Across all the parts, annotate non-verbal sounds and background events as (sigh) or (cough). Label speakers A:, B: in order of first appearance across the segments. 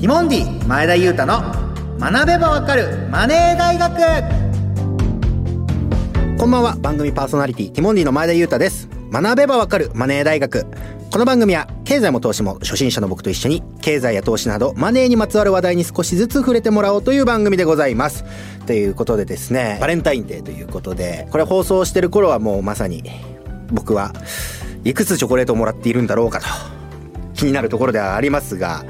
A: ティモンディ前田裕太の学べばわかるマネー大学こんばんは番組パーソナリティティモンディの前田裕太です学べばわかるマネー大学この番組は経済も投資も初心者の僕と一緒に経済や投資などマネーにまつわる話題に少しずつ触れてもらおうという番組でございますということでですねバレンタインデーということでこれ放送してる頃はもうまさに僕はいくつチョコレートをもらっているんだろうかと気になるところではありますが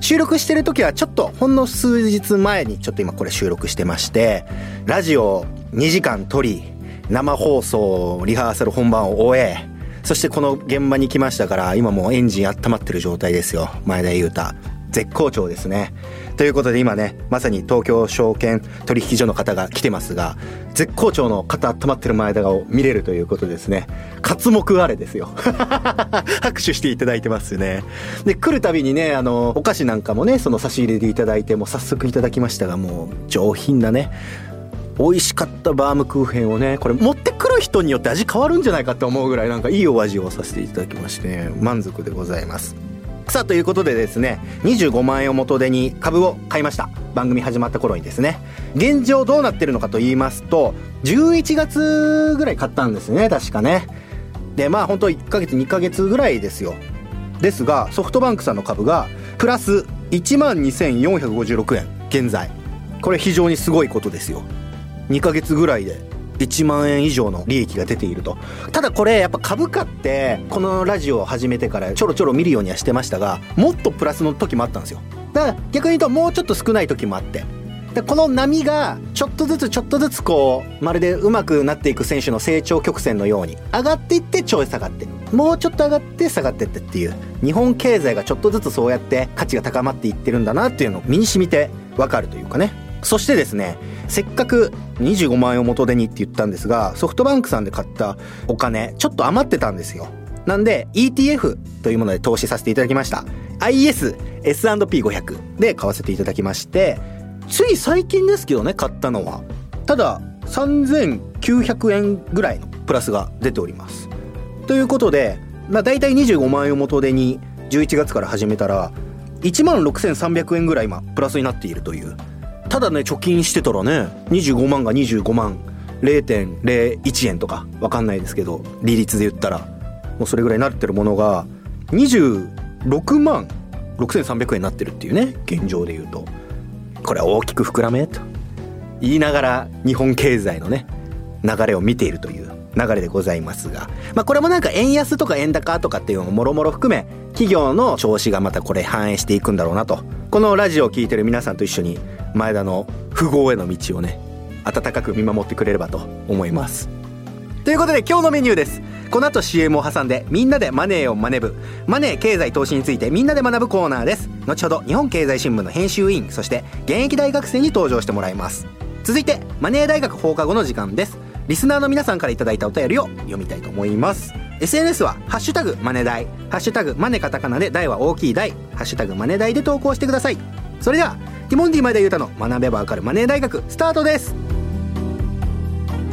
A: 収録してる時はちょっとほんの数日前にちょっと今これ収録してましてラジオを2時間撮り生放送リハーサル本番を終えそしてこの現場に来ましたから今もうエンジン温まってる状態ですよ前田裕太絶好調ですねということで今ねまさに東京証券取引所の方が来てますが絶好調の肩温まってる前田を見れるということですね活目あれですよ (laughs) 拍手していただいてますねで来るたびにねあのお菓子なんかもねその差し入れでいただいてもう早速いただきましたがもう上品なね美味しかったバームクーヘンをねこれ持ってくる人によって味変わるんじゃないかって思うぐらいなんかいいお味をさせていただきまして満足でございますさあということでですね25万円を元手に株を買いました番組始まった頃にですね現状どうなってるのかと言いますと11月ぐらい買ったんですね確かねでまあ本当1ヶ月2ヶ月ぐらいですよですがソフトバンクさんの株がプラス1万2456円現在これ非常にすごいことですよ2ヶ月ぐらいで1万円以上の利益が出ているとただこれやっぱ株価ってこのラジオを始めてからちょろちょろ見るようにはしてましたがもっとプラスの時もあったんですよだから逆に言うともうちょっと少ない時もあってでこの波がちょっとずつちょっとずつこうまるでうまくなっていく選手の成長曲線のように上がっていってちょい下がってもうちょっと上がって下がってってっていう日本経済がちょっとずつそうやって価値が高まっていってるんだなっていうのを身に染みてわかるというかねそしてですねせっかく25万円を元手にって言ったんですがソフトバンクさんで買ったお金ちょっと余ってたんですよなんで ETF というもので投資させていただきました ISS&P500 で買わせていただきましてつい最近ですけどね買ったのはただ3900円ぐらいのプラスが出ておりますということで、まあ、大体25万円を元手に11月から始めたら1万6300円ぐらい今プラスになっているというただね貯金してたらね25万が25万0.01円とかわかんないですけど利率で言ったらもうそれぐらいになってるものが26万6300円になってるっていうね現状で言うとこれは大きく膨らめと言いながら日本経済のね流れを見ているという流れでございますが、まあ、これもなんか円安とか円高とかっていうのもろもろ含め企業の調子がまたこれ反映していくんだろうなとこのラジオを聴いてる皆さんと一緒に前田の富豪への道をね温かく見守ってくれればと思いますということで今日のメニューですこの後 CM を挟んでみんなでマネーを学ぶマネー経済投資についてみんなで学ぶコーナーです後ほど日本経済新聞の編集委員そして現役大学生に登場してもらいます続いてマネー大学放課後の時間ですリスナーの皆さんからいただいたお便りを読みたいと思います SNS は「ハッシュタグマネ大」「ハッシュタグマネカタカナ」で「大は大きい大」「ハッシュタグマネ大」で投稿してくださいそれではティモンディ前田裕太の学べばわかるマネー大学スタートです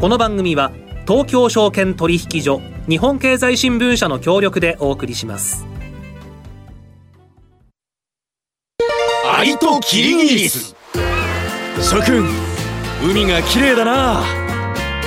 B: この番組は東京証券取引所日本経済新聞社の協力でお送りします
C: アリとキリギリス諸君海が綺麗だな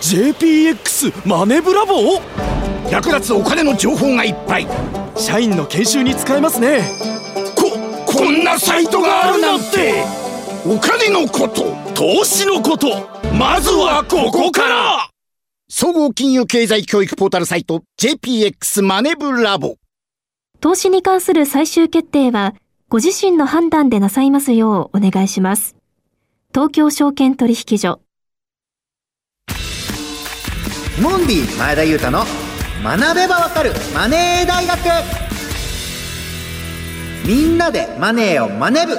C: JPX マネブラボ
D: 役立つお金の情報がいっぱい
C: 社員の研修に使えますね
D: ここんなサイトがあるなんてお金のこと
C: 投資のことまずはここから
D: 総合金融経済教育ポータルサイト JPX マネブラボ
E: 投資に関する最終決定は、ご自身の判断でなさいますようお願いします。東京証券取引所。
A: ティモンディ前田裕太の学べばわかるマネー大学みんなでマネーをマネ部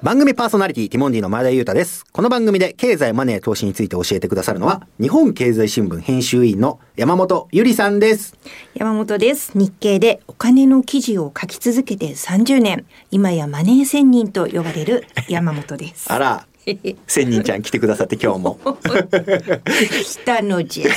A: 番組パーソナリティティモンディの前田裕太です。この番組で経済マネー投資について教えてくださるのは、日本経済新聞編集委員の山本ゆりさんです。
F: 山本です。日経でお金の記事を書き続けて30年、今やマネー仙人と呼ばれる山本です。
A: あ
F: (laughs)
A: ら、千人ちゃん来てくださって今日も。
F: 北の字。
A: よ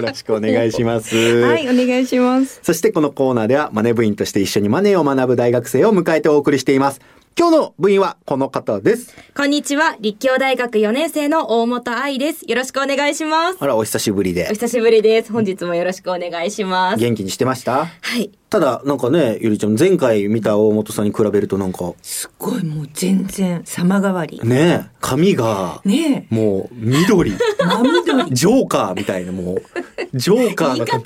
A: ろしくお願いします。
F: はい、お願いします。
A: そしてこのコーナーではマネ部員として一緒にマネーを学ぶ大学生を迎えてお送りしています。今日の部員はこの方です。
G: こんにちは、立教大学4年生の大本愛です。よろしくお願いします。
A: あら、お久しぶり
G: お
A: で。
G: 久しぶりです。本日もよろしくお願いします。
A: 元気にしてました
G: はい。
A: ただ、なんかね、ゆりちゃん、前回見た大本さんに比べるとなんか、
F: すごい、もう全然様変わり。
A: ねえ、髪が、
F: ね
A: もう、
G: (laughs)
A: 緑。
F: え、真緑。
A: ジョーカーみたいな、もう、ジョーカー
G: 言い
A: の
G: 方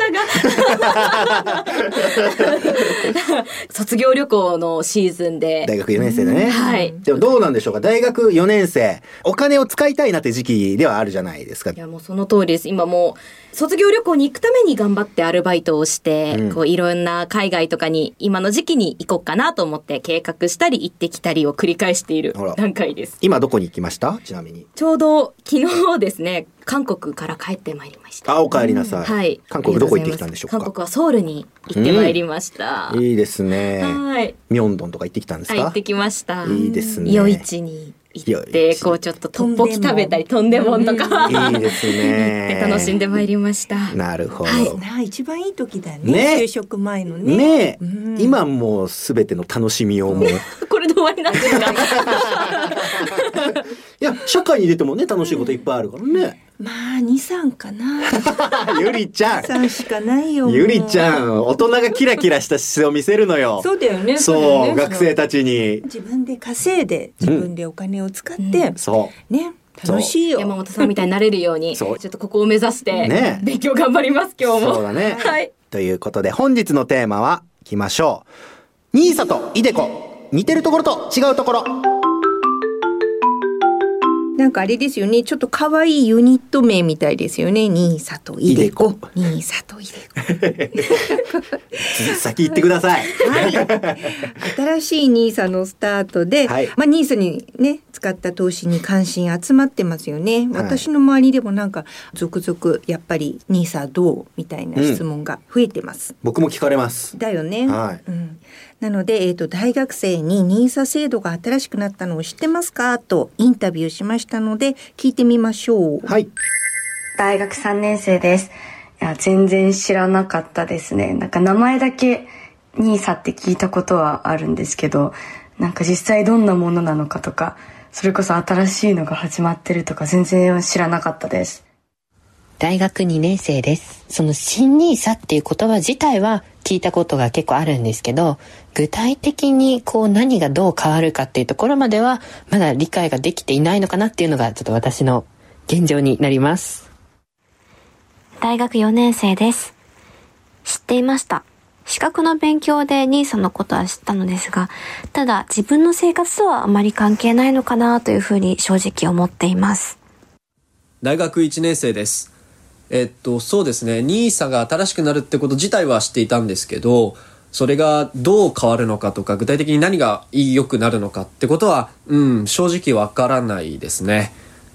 G: が (laughs) 卒業旅行のシーズンで、
A: 大学4年生だね。
G: はい
A: でもどうなんでしょうか大学4年生、お金を使いたいなって時期ではあるじゃないですか
G: い。やもうその通りです。今もう卒業旅行に行くために頑張ってアルバイトをして、
A: うん
G: こういろんな海外とかに今の時期に行こうかなと思って計画したり行ってきたりを繰り返している
A: ほら
G: 段階です。
A: 今どこに行きましたちなみに。
G: ちょうど昨日ですね、韓国から帰ってまいりました。
A: あ、お帰りなさい。
G: はい。
A: 韓国どこ行ってきたんでしょうか
G: 韓国はソウルに行ってまいりました。
A: いいですね。
G: はい。
A: ミョンドンとか行ってきたんです
G: はい、行
A: か
G: ってきました。
A: いいですね
G: 夜市に行っ
A: 夜
G: て、
A: 市
G: こうちょっとトッポキ食べたり、とんでもんとか。
A: いいですね。
G: で楽しんでまいりました。
A: なるほど。
F: なあ、一番いい時だね。
A: ね
F: 就職前のね。
A: ねえ、
F: うん
A: 今もうすべての楽しみをもう。い
G: これで終わりなんですか
A: (laughs) や、社会に出てもね、楽しいこといっぱいあるからね。
F: (laughs) まあ、二三
A: (laughs)
F: かな。
A: ゆりちゃん。
F: 三しかないよ。
A: ゆりち
F: ん。
A: ゃん、大人がキラキラした姿勢を見せるのよ。
F: そうだよね。
A: そう
F: だよね
A: 学生たちに。
F: 自分で稼いで、自分でお金を使って、
A: そ
F: ね、楽しいよ。
G: 山本さんみたいになれるように、ち
A: そ
G: ょ
A: う
G: っとここを目指して、
A: ね
G: 勉強頑張ります、今
A: う。
G: 日も。
A: そうだね。
G: はい。
A: ということで、本日のテーマは、いきましょう。ニーサとイデコ、似てるところと違うところ。
F: なんかあれですよね。ちょっと可愛いユニット名みたいですよね。ニーサとイデコ。ニーサとイデ
A: 先行ってください。
F: コ。新しいニーサのスタートで、
A: はい
F: まあニーサにね使った投資に関心集まってますよね。
A: はい
F: 私の周りでもなんか続々やっぱりニーサどうみたいな質問が増えてます。
A: 僕も聞かれます。
F: だよね。
A: はい
F: うん、なので、えっ、と、大学生にニーサ制度が新しくなったのを知ってますかとインタビューしましたので、聞いてみましょう。
A: はい。
H: 大学3年生です。いや、全然知らなかったですね。なんか名前だけ NISA って聞いたことはあるんですけど、なんか実際どんなものなのかとか、それこそ新しいのが始まってるとか全然知らなかったです。
I: 大学2年生です。その新ニーサっていう言葉自体は聞いたことが結構あるんですけど、具体的にこう何がどう変わるかっていうところまではまだ理解ができていないのかなっていうのがちょっと私の現状になります。
E: 大学4年生です。知っていました。資格の勉強でニーサのことは知ったのですが、ただ自分の生活とはあまり関係ないのかなというふうに正直思っています。
J: 大学1年生です。えっと、そうですね、NISA が新しくなるってこと自体は知っていたんですけど、それがどう変わるのかとか、具体的に何が良くなるのかってことは、うん、正直わからないですね。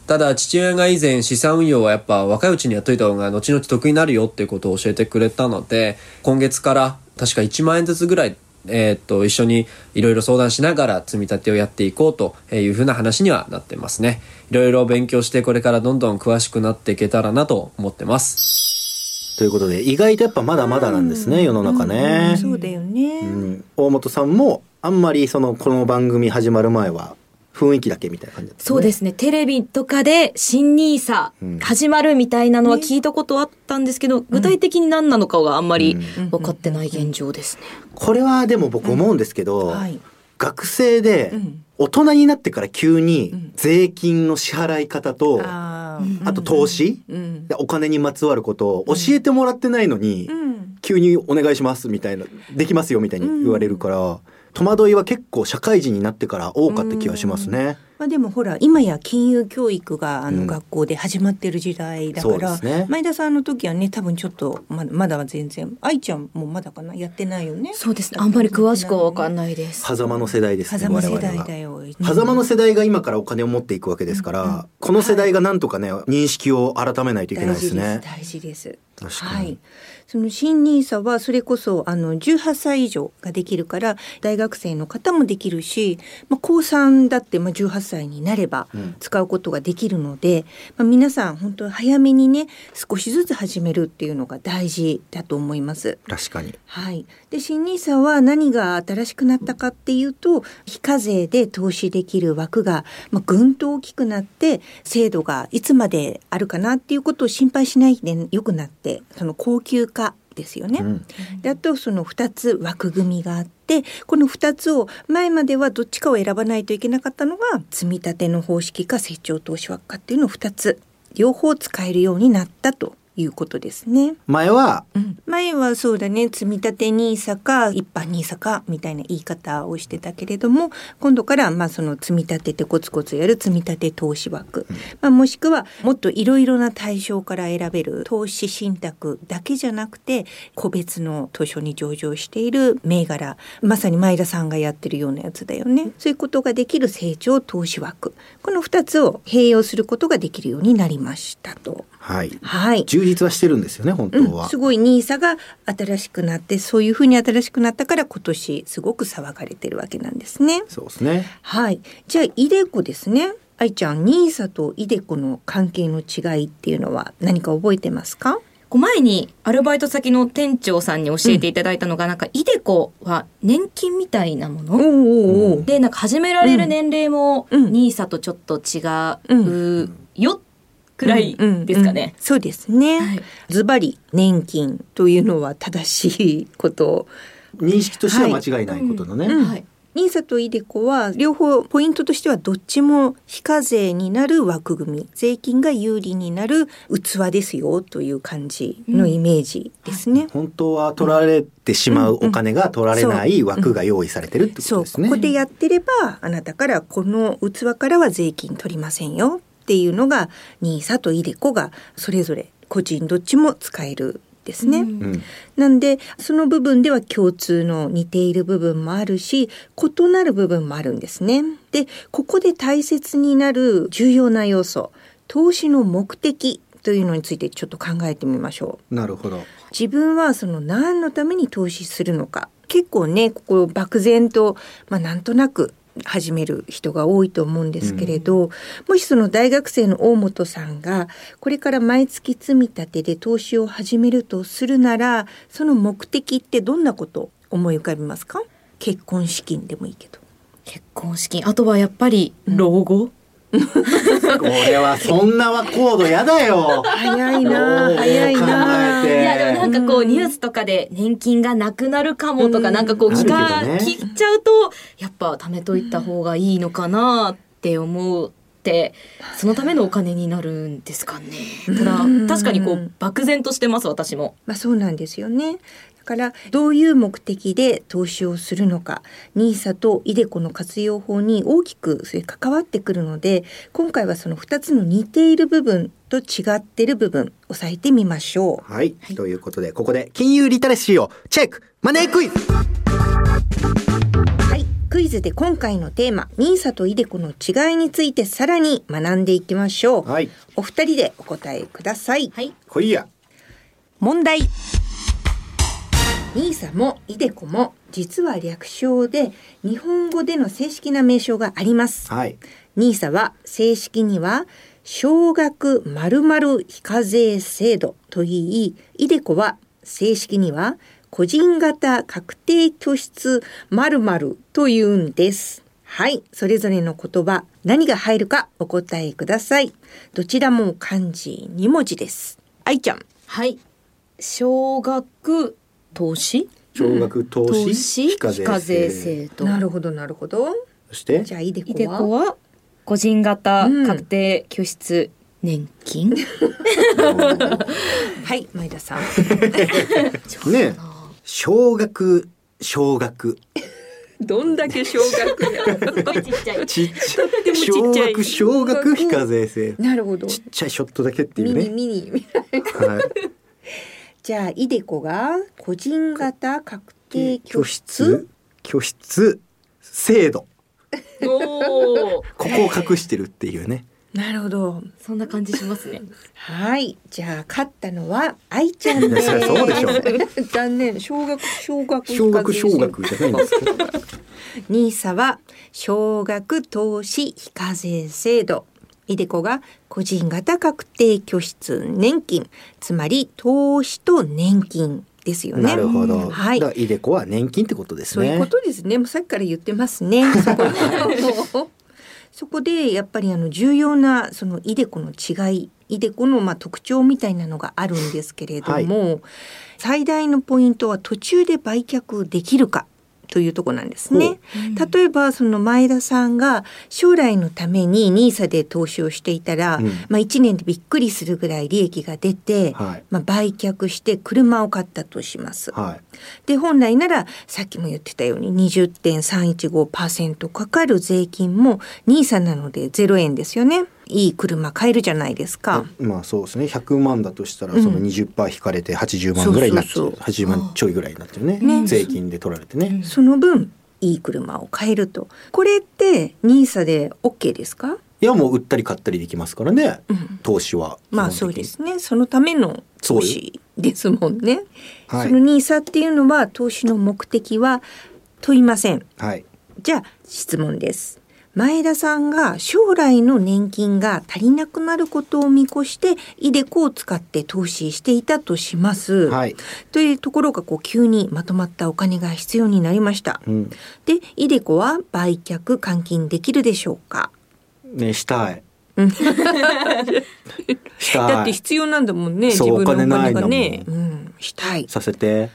J: ただ、父親が以前資産運用はやっぱ若いうちにやっといた方が後々得になるよっていうことを教えてくれたので、今月から確か1万円ずつぐらい、えっと、一緒にいろいろ相談しながら積み立てをやっていこうというふうな話にはなってますね。いろいろ勉強してこれからどんどん詳しくなっていけたらなと思ってます。
A: ということで、意外とやっぱまだまだなんですね、世の中ね。
F: そうだよね。
A: うん大本さんも、あんまりその、この番組始まる前は、雰囲気だけみたいな感じだったね
G: そうですね。テレビとかで新ニーサ
A: うん
G: 始まるみたいなのは聞いたことあったんですけど、具体的に何なのかがあんまり分かってない現状ですね。
A: これはでも僕思うんですけど、
F: はい。
A: 学生で
F: うん、
A: 大人になってから急
F: う
A: に
F: ん
A: 税金の支払い方と、あ
F: あー
A: と投。資、
F: うん。
A: お金にまつわることを教えてもらってないのに、
F: うん。
A: 急にお願いしますみたいな、できますよみたいに言われるから、戸惑いは結構社会人になってから多かった気がしますね。
F: まあ、でもほら今や金融教育があ
A: う
F: の
A: ん
F: 学校で始まってる時代だか
A: そう
F: ら、
A: ですね
F: 前田さんの時はね多分ちょっとまだまだは全然愛ちゃんもまだかなやってないよね
G: そうですねあんまり詳しくは分かんないです
A: 狭間の世代ですね
F: 狭間
A: 我
F: 世
A: 々
F: 代
A: は
F: だよ
A: 狭間の世代が今からお金を持っていくわけですから、この世代がなんとかね、認識を改めないといけないですね。
F: 大事です大事です
A: 確かに
F: はい、その新ニーサはそれこそあの18歳以上ができるから大学生の方もできるし、まあ、高3だってまあ18歳になれば使うことができるので、まあ、皆さん本当早めにね少しずつ始めるっていうのが大事だと思います。
A: 確かに。
F: はい、で新ニーサは何が新しくなったかっていうと非課税で投資できる枠が、まあ、ぐんと大きくなって制度がいつまであるかなっていうことを心配しないでよくなってその高級化ですよね。であとその2つ枠組みがあってこの2つを前まではどっちかを選ばないといけなかったのが積み立ての方式か成長投資枠かっていうのを2つ両方使えるようになったということですね。
A: 前は、
F: 前はそうだね積み立て NISA か一般 NISA かみたいな言い方をしてたけれども今度からまあその積み立ててコツコツやる積み立て投資枠、まあ、もしくはもっといろいろな対象から選べる投資信託だけじゃなくて個別の図書に上場している銘柄まさに前田さんがやってるようなやつだよねそういうことができる成長投資枠この2つを併用することができるようになりましたと。
A: はい。
F: はい
A: 充実はしてるんですよね、本当
F: うん
A: は。
F: すごいニーサが新しくなってそういうふうに新しくなったから今年すごく騒がれてるわけなんですね。
A: そうですね。
F: はい、じゃあイデコですね。愛ちゃんニーサとイデコの関係の違いっていうのは何か覚えてますか？
G: こう前にアルバイト先の店長さんに教えていただいたのが、なんかイデコは年金みたいなもの、でなんか始められる年齢もニーサとちょっと違うよくらいですか
F: うんうんうん
G: ね。
F: そうですね。ズバリ年金というのは正しいこと。
A: 認識としては間違いないことだね。
F: はい。ニーサとイデコは両方ポイントとしてはどっちも非課税になる枠組み税金が有利になる器ですよという感じのイメージですね。
A: 本当は取られてしまうお金が取られない枠が用意されてるってことですね。
F: ここでやってればあなたからこの器からは税金取りませんよっていうのがニーサとイデコがそれぞれ個人どっちも使えるですね。
A: うん
F: なんでその部分では共通の似ている部分もあるし異なる部分もあるんですね。でここで大切になる重要な要素投資の目的というのについてちょっと考えてみましょう。
A: なるほど。
F: 自分はその何のために投資するのか結構ねここ漠然と、まあ、なんとなく始める人が多いと思うんですけれど、もしその大学生の大本さんがこれから毎月積み立てで投資を始めるとするならその目的ってどんなこと思い浮かびますか結婚資金でもいいけど。
G: 結婚資金あとはやっぱり老後、
A: これはそんなはコードやだ
F: (laughs)
A: よ。
F: 早い
A: なおー早いな考えて
G: いやでもなんかこうニュースとかで年金がなくなるかもとか、なんかこう聞
A: な
G: か、
A: るけどね
G: 聞いちゃうとやっぱ貯めといた方がいいのかなって思ってそのためのお金になるんですかねただ
F: うん
G: 確かにこう漠然としてます私も
F: まあ、そうなんですよね。だからどういう目的で投資をするのか NISA と iDeCo の活用法に大きくそれ関わってくるので今回はその2つの似ている部分と違っている部分押さえてみましょう。
A: はい、ということでここで金融リテラシーをチェックマネークイズ
F: クイズで今回のテーマ NISA と iDeCo の違いについてさらに学んでいきましょう。
A: はい、
F: お二人でお答えください。
G: はい、
A: こいや
F: 問題 NISA も iDeCo も実は略称で日本語での正式な名称があります
A: はい。
F: NISA は正式には少額〇〇非課税制度と言い、iDeCo は正式には個人型確定拠出〇〇と言うんです。はい、それぞれの言葉、何が入るかお答えください。どちらも漢字2文字です。愛ちゃん。
G: はい少額投資
A: 少額投資
G: 投資
A: 非課税制
G: 非課税制度
F: なるほどなるほど
A: そして
F: じゃあ iDeCo
G: イデコは個人型確定拠出年金、
F: はい前田さん
A: ね少額少額
F: どんだけ少額
G: (laughs) すっごいちっちゃい。
A: ちっち
F: とって
A: ゃい
F: もちっ
A: 少
F: ちゃい
A: 額少額非課税制
F: なるほど
A: ちっちゃいショットだけってい
F: ミ
A: う
F: ニ
A: ね
F: ミニ
A: はい
F: じゃあイデコが個人型確定拠
A: 拠
F: 出
A: 出拠出制度
G: おお。
A: ここを隠してるっていうね
F: なるほど
G: そんな感じしますね。
F: はいじゃあ勝ったのは愛ちゃんで
A: いやそりゃそうでしょ
F: す (laughs) 残念少額少額
A: 少額少額じゃないんですけど
F: ニーサは少額投資非課税制度。イデコが個人型確定拠出年金、つまり投資と年金ですよね。
A: なるほど、
F: はい
A: だ。からイデコは年金ってことです
F: そう
A: ね
F: いうことですね。もうさっきから言ってますね。
A: (laughs)
F: そこそこでやっぱりあの重要なそのイデコの違い、イデコのまあ特徴みたいなのがあるんですけれども、最大のポイントは途中で売却できるかというところなんですね。例えばその前田さんが将来のためにニーサで投資をしていたら、
A: うん
F: まあ1年でびっくりするぐらい利益が出て、
A: はい
F: まあ売却して車を買ったとします。
A: はい
F: で本来ならさっきも言ってたように20.315%かかる税金も NISA なので0円ですよねいい車買えるじゃないですか。
A: まあそうですね100万だとしたらその20%引かれて80万ぐらいになって、
F: そうそうそ
A: 80
F: う
A: 万ちょいぐらいになってるね
F: ね
A: 税金で取られてね、
F: その分いい車を買えるとこれって NISA で OK ですか
A: いやもう売ったり買ったりできますからね、
F: うん
A: 投資は
F: まあ
A: 基
F: そ
A: 本
F: う
A: 的
F: で
A: に
F: すねそのための
A: そう
F: 投
A: よ
F: 資ですもんね。そ
A: はい
F: の NISA っていうのは投資の目的は問いません。
A: はい
F: じゃあ質問です。前田さんが将来の年金が足りなくなることを見越してイデコを使って投資していたとします。
A: はい
F: というところがこう急にまとまったお金が必要になりました。
A: うん
F: でイデコは売却換金できるでしょうか
A: ねしたいしたい
F: だって必要なんだもんね自
A: そう
F: 分のお金がね
A: お金ないん。だ
F: うん、したい。
A: させて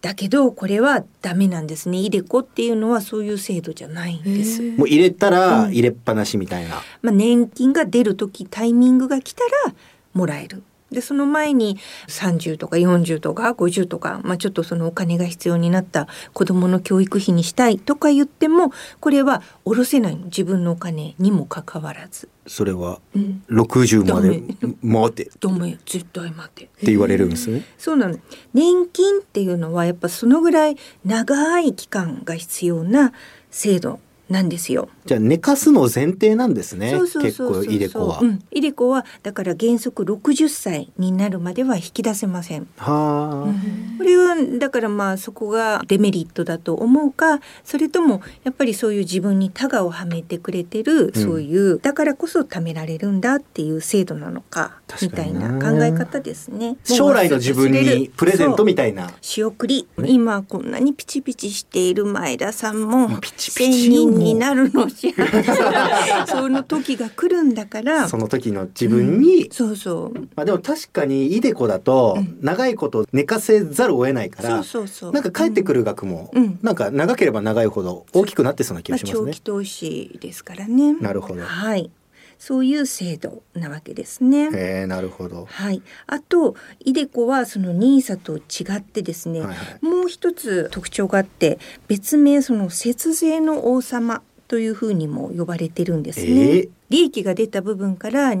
F: だけどこれはダメなんですね。イデコっていうのはそういう制度じゃないんです。
A: もう入れたら入れっぱなしみたいな、
F: まあ、年金が出る時タイミングが来たらもらえる。でその前に30とか40とか50とか、まあ、ちょっとそのお金が必要になった子どもの教育費にしたいとか言ってもこれは下ろせないの自分のお金にもかかわらず
A: それは
F: ん
A: 60まで
F: ダ
A: 回ってっ
F: 「どうもよ絶対待て」
A: て言われるんですね、
F: そうなの年金っていうのはやっぱそのぐらい長い期間が必要な制度なんですよ。
A: じゃあ寝かすの前提なんですね
F: そうそうそうそう
A: 結構イデコは、
F: うん、イデコはだから原則60歳になるまでは引き出せません。
A: はあ、
F: これはだからまあそこがデメリットだと思うかそれともやっぱりそういう自分にタガをはめてくれて
A: う
F: る、
A: ん
F: そういうだからこそ貯められるんだっていう制度なのかみ
A: 確
F: た
A: か
F: い
A: に
F: な
A: な
F: 考え方ですね。
A: 将来の自分にプレゼントみ
F: いな
A: たいな
F: 仕送り、今こんなにピチピチしている前田さんも
A: ピチ
F: 1,000
A: ピチよ
F: 人になるのじ
A: (laughs)
F: ゃその時が来るんだから
A: その時の自分に、
F: そうそう
A: まあでも確かにイデコだと長いこと寝かせざるを得ないから、
F: そうそうそう
A: なんか帰ってくる額も、
F: うん
A: なんか長ければ長いほど大きくなってそうな気
F: ま
A: がし
F: あ、
A: ます
F: 長
A: ね
F: 期。投資ですからね。
A: なるほど。
F: はい、そういう制度なわけですね。
A: えー、なるほど。
F: はい、あとイデコはそのニーサと違ってですね、
A: はいはい
F: もう一つ特徴があって別名その節税の王様というふうにも呼ばれてるんですね。
A: えー
F: 利益が出た部分から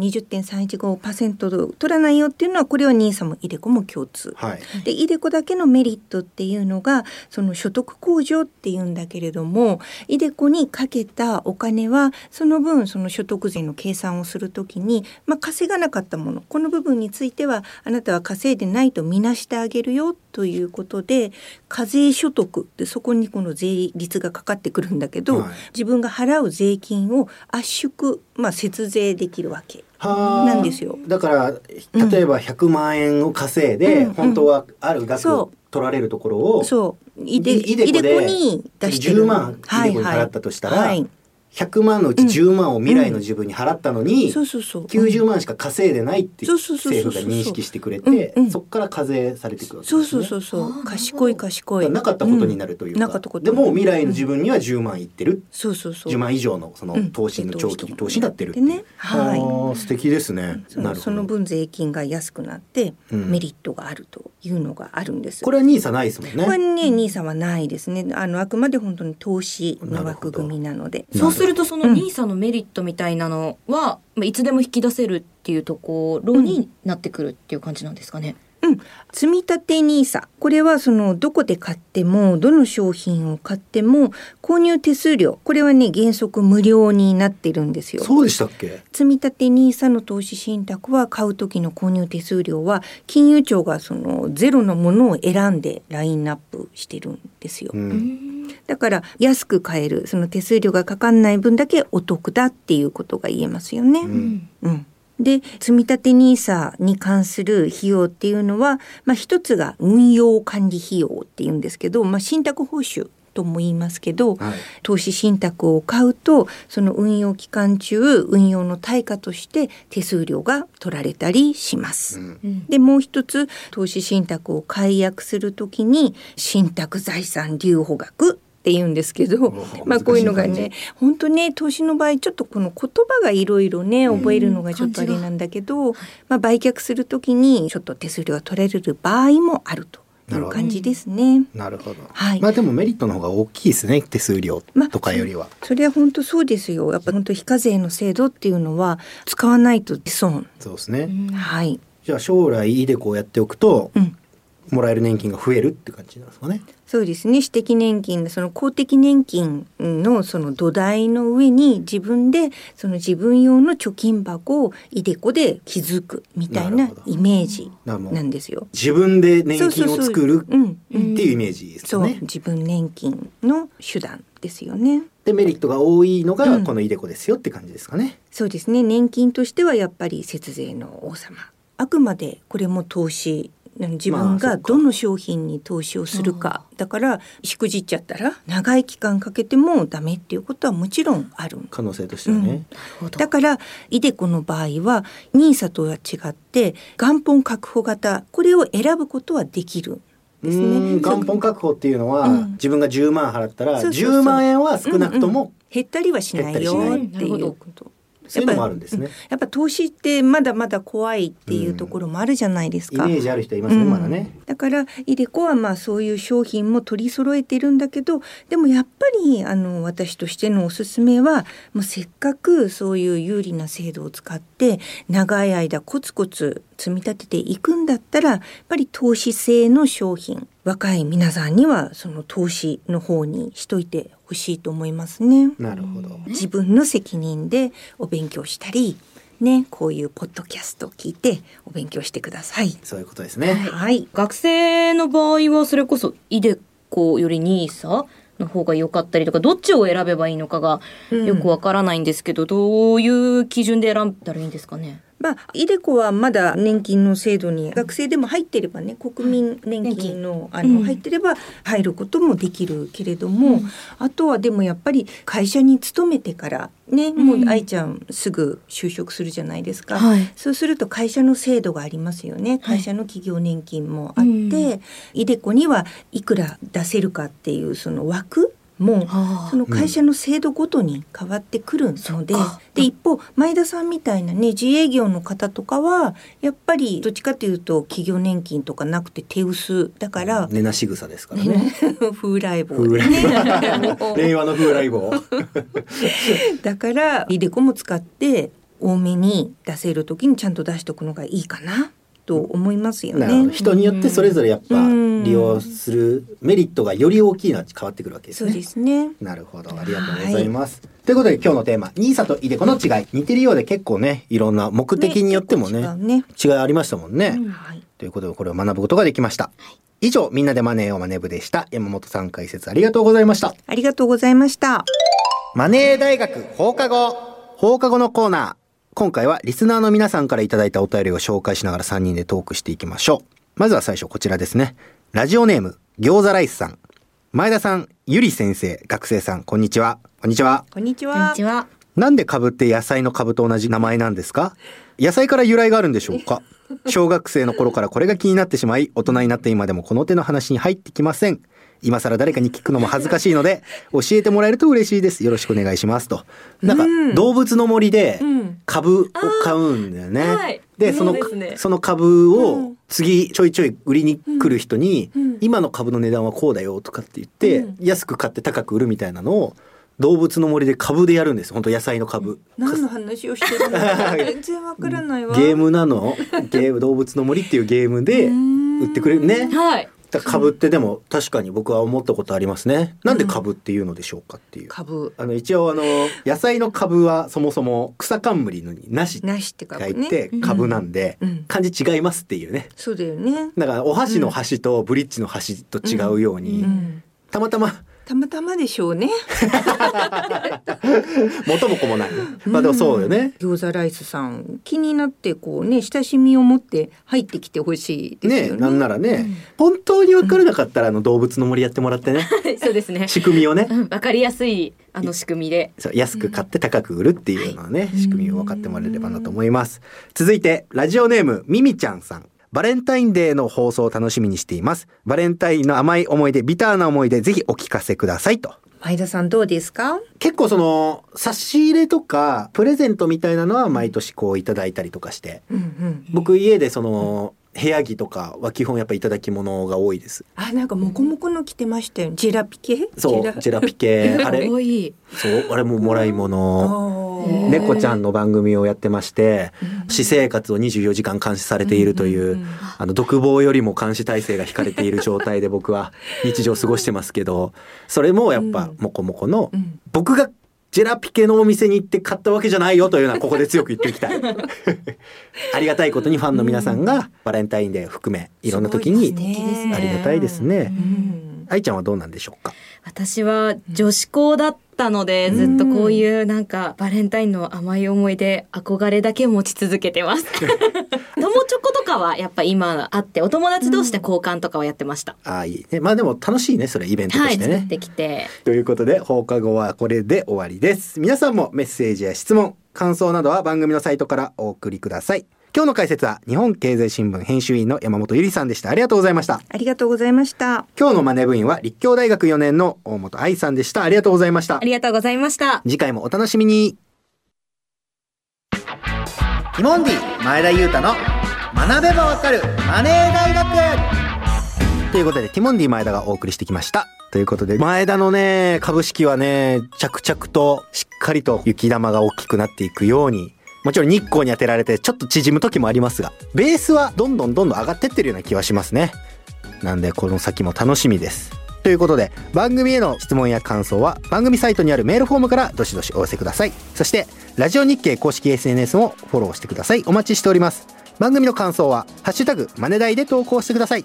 F: 20.315%取らないよっていうのはこれはニーサもイデコも共通。
A: はい。
F: でイデコだけのメリットっていうのがその所得控除っていうんだけれどもイデコにかけたお金はその分その所得税の計算をするときに、まあ、稼がなかったものこの部分についてはあなたは稼いでないとみなしてあげるよということで課税所得ってそこにこの税率がかかってくるんだけど、
A: はい
F: 自分が払う税金を圧縮、まあ、節税できるわけ。
A: はあ
F: なんですよ
A: だから例えば100万円を稼いで、
F: うん
A: 本当はある額
F: そ
A: を
F: う
A: 取られるところを
F: そうイデ
A: イデコ
F: イ
A: で
F: デコに出してる
A: 10万イデコに払ったとしたら
F: はいはい
A: 100万のうち10万を未来の自分に払ったのに、
F: そうそうそう。
A: 90万しか稼いでないって
F: そうそうそうそう
A: 政府が認識してくれて、
F: うんうん
A: そこから課税されていくわけです
F: そ
A: ね。
F: うそうそうそう。賢い賢い。
A: なかったことになるというか,、
F: うんなかったこと
A: でも未来の自分には10万いってる、
F: そうそうそう。
A: 10万以上のその
F: うん
A: 投資の長期投資になってる、
F: でね。はい。
A: ああ素敵ですね、
F: そ
A: な
F: の
A: る
F: そ
A: ほ
F: の
A: ど
F: 分税金が安くなって
A: うん
F: メリットがあるというのがあるんです。
A: これはニーサないですもん
F: これ
A: ね
F: ね、兄さんはないですね。あのあくまで本当に投資の枠組みなので。
G: (laughs) そうするとその
F: うん
G: NISA のメリットみたいなのは、まあいつでも引き出せるっていうところになってくるっていう感じなんですかね。
F: 積み立て NISA これはそのどこで買ってもどの商品を買っても購入手数料これはね原則無料になってるんですよ。
A: そうでしたっけ
F: 積み立て NISA の投資信託は買う時の購入手数料は金融庁がそのゼロのものを選んでラインナップしてるんですよ。
A: うん、
F: だから安く買えるその手数料がかかんない分だけお得だっていうことが言えますよね。
A: うん
F: うんで積み立て NISA に関する費用っていうのは、まあ、一つが運用管理費用っていうんですけど、まあ、信託報酬とも言いますけど、
A: はい
F: 投資信託を買うとその運用期間中運用の対価として手数料が取られたりします。でもう一つ投資信託を解約するときに信託財産留保額って言うんですけど、 (laughs) まあこういうのがね本当ね投資の場合ちょっとこの言葉がいろいろね覚えるのがちょっとあれなんだけど、まあ、売却するときにちょっと手数料が取られる場合もあるという感じですね。
A: なるほど、
F: はい
A: まあでもメリットの方が大きいですね手数料
F: まあ
A: とかよりは、
F: それは本当そうですよ。やっぱ本当非課税の制度っていうのは使わないと損。
A: そうですね、
F: はい。
A: じゃあ将来イデコをやっておくと、
F: うん
A: もらえる年金が増えるって感じなんですかね
F: そうですね私的年金その公的年金のその土台の上に自分でその自分用の貯金箱をいでこで築くみたい
A: な
F: な
A: るほど
F: イメージ
A: なるほど
F: なんですよ。
A: 自分で年金を作る
F: そうそうそううん
A: っていうイメージです
F: そ
A: よ
F: う
A: ね、
F: 自分年金の手段ですよね。
A: でメリットが多いの
F: う
A: が
F: ん
A: このイデコですよって感じですかね、
F: そうですね年金としてはやっぱり節税の王様あくまでこれも投資あの自
A: まあ
F: 分
A: そ
F: が
A: っか
F: どの商品に投資をするか、だからしくじっちゃったら長い期間かけてもダメっていうことはもちろんあるん
A: 可能性としてはね、
F: だからイデコの場合は NISA とは違って元本確保型これを選ぶことはできる
A: う
F: ですね
A: ーん元本確保っていうのは、
F: うん
A: 自分が10万払ったら
F: そうそうそう
A: 10万円は少なくとも
F: 減ったりはしないよ
A: 減ったりし
F: っていうこと。
A: そういうのもあるんですね、
F: やっぱ投資ってまだまだ怖いっていうところもあるじゃないですか。
A: イメージある人いますね、
F: うん
A: まだね
F: だからイデコはまあそういう商品も取り揃えてるんだけどでもやっぱりあの私としてのおすすめはもうせっかくそういう有利な制度を使って長い間コツコツ積み立てていくんだったらやっぱり投資性の商品若い皆さんにはその投資の方にしといてほしいと思いますね。
A: なるほど、
F: 自分の責任でお勉強したりねこういうポッドキャストを聞いてお勉強してください。
A: そういうことですね、
F: はい
G: 学生の場合はそれこそイデコより NISA の方が良かったりとかどっちを選べばいいのかがよくわからないんですけど、どういう基準で選んだらいいんですかね。
F: まあ、イデコはまだ年金の制度に学生でも入ってればね国民年金のあの、
G: うん
F: 入ってれば入ることもできるけれども、あとはでもやっぱり会社に勤めてからねもう愛ちゃんすぐ就職するじゃないですか、
G: はい
F: そうすると会社の制度がありますよね会社の企業年金もあって、
G: うん
F: イデコにはいくら出せるかっていうその枠も
G: あ
F: その会社の制度ごとに変わってくるので、
G: そっか
F: で一方前田さんみたいなね自営業の方とかはやっぱりどっちかというと企業年金とかなくて手薄だから、
A: 寝なし草ですからね
F: (laughs) 風来坊
A: 風
F: ね
A: 令和の風来坊
F: (laughs) だからリデコも使って多めに出せる時にちゃんと出しとくのがいいかなと思いますよ
A: なるほど
F: ね。
A: 人によってそれぞれやっぱ
F: うん
A: 利用するメリットがより大きいのは変わってくるわけです
F: そう
A: ね
F: ですね。
A: なるほど。ありがとうございます。ということで今日のテーマ、ニーサとイデコの違い。似てるようで結構ね、いろんな目的によってもね、
F: 結構違うね
A: 違いありましたもんね。
F: はい。
A: ということでこれを学ぶことができました。以上、みんなでマネーをマネ部でした。山本さん解説ありがとうございました。
F: ありがとうございました。
A: マネー大学放課後。放課後のコーナー。今回はリスナーの皆さんからいただいたお便りを紹介しながら3人でトークしていきましょう。まずは最初こちらですね。ラジオネーム、餃子ライスさん。前田さん、ゆり先生、学生さん、こんにちは。こんにちは。
F: こんにちは。
G: こんにちは。
A: なんで株って野菜の株と同じ名前なんですか野菜から由来があるんでしょうか小学生の頃からこれが気になってしまい、大人になって今でもこの手の話に入ってきません。今更誰かに聞くのも恥ずかしいので、教えてもらえると嬉しいです。よろしくお願いします。と。なんか、動物の森で
F: うん
A: 株を買うんだよね。
G: はい
A: で、
G: そ
A: その
G: うですね
A: その株
F: う
A: を
F: ん
A: 次ちょいちょい売りに来る人に、
F: うんうん
A: 今の株の値段はこうだよとかって言って、
F: うん
A: 安く買って高く売るみたいなのを動物の森で株でやるんです本当野菜の株、
F: 何の話をしてるの
A: (laughs)
F: か全然わからないわ。
A: ゲームなのゲーム動物の森っていうゲーム
F: (laughs)
A: で売ってくれるね
G: はい。 (laughs)
A: だから株ってでも確かに僕は思ったことありますねなんで株っていうのでしょうかっていう、
F: 株
A: あの一応あの野菜の株はそもそも草冠のになしって
F: なしってか
A: 書
F: ね。
A: いて株なんで、
F: うん
A: 漢字違いますっていうね
F: そうだよね。
A: だからお箸の箸とブリッジの箸と違うように、
F: うん。
A: たまたま
F: たまたまでしょうね。
A: 元も子もない、まあでもそうよね、
F: 餃子ライスさん気になってこうね親しみを持って入ってきてほしいです
A: ね
F: よね。
A: なんならね、本当に分からなかったらあの動物の森やってもらってね
G: そうですね。
A: 仕組みをね
G: (laughs) うん、わかりやすい、あの仕組みで。
A: そう安く買って高く売るっていうのはね、仕組みを分かってもらえればなと思います。続いて、ラジオネーム、みみちゃんさん。バレンタインデーの放送を楽しみにしています。バレンタインの甘い思い出、ビターな思い出、ぜひお聞かせくださいと。
F: 前田さんどうですか？
A: 結構その、差し入れとか、プレゼントみたいなのは毎年こういただいたりとかして、
F: うんうん。
A: 僕家でその、部屋着とかは基本やっぱいただき物が多いです。
F: あなんかモコモコの着てましたよ。ジェラピケ？
A: そう、ジェラピケ、あれ
G: か、わいい。
A: そう、あれももらい物。
F: あ
G: ね
A: 猫ちゃんの番組をやってまして、私生活を24時間監視されているという、あの、独房よりも監視体制が引かれている状態で僕は日常を過ごしてますけど、それもやっぱ
F: うん、
A: もこもこの、
F: ん
A: 僕がジェラピケのお店に行って買ったわけじゃないよというのはここで強く言っておき
F: (laughs)
A: たい。ありがたいことにファンの皆さんが、バレンタインデー含め、いろんな時
F: すごい
A: に、
F: ですね
A: ありがたいですね
F: う。ん。
A: 愛ちゃんはどうなんでしょうか
G: 私は女子校だったので、ずっとこういうなんかバレンタインの甘い思い出憧れだけ持ち続けてます (laughs) 友チョコとかはやっぱ今あってお友達同士で交換とかはやってました、
A: ああ、いいね。まあでも楽しいね、それイベントと
G: はい
A: してね。
G: 作ってきて
A: ということで放課後はこれで終わりです皆さんもメッセージや質問感想などは番組のサイトからお送りください今日の解説は日本経済新聞編集員の山本ゆりさんでしたありがとうございました
F: ありがとうございました。
A: 今日のマネ部員は立教大学4年の大本愛さんでしたありがとうございました
G: ありがとうございました
A: 次回もお楽しみにティモンディ前田裕太の学べばわかるマネー大学ということでティモンディ前田がお送りしてきましたということで前田のね株式はね着々としっかりと雪玉が大きくなっていくようにもちろん日光に当てられてちょっと縮む時もありますがベースはどんどんどんどん上がってってるような気はしますねなんでこの先も楽しみですということで番組への質問や感想は番組サイトにあるメールフォームからどしどしお寄せくださいそしてラジオ日経公式 SNS もフォローしてくださいお待ちしております番組の感想は「ハッシュタグマネ代」で投稿してください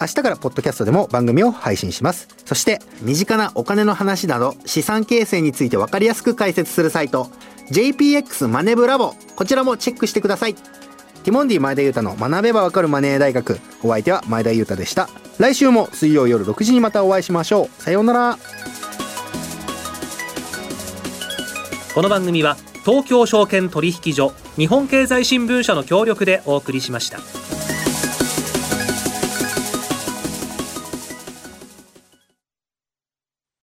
A: 明日からポッドキャストでも番組を配信しますそして身近なお金の話など資産形成について分かりやすく解説するサイト JPX マネブラボこちらもチェックしてくださいティモンディ前田裕太の学べばわかるマネー大学お相手は前田裕太でした来週も水曜夜6時にまたお会いしましょうさようなら
B: この番組は東京証券取引所日本経済新聞社の協力でお送りしました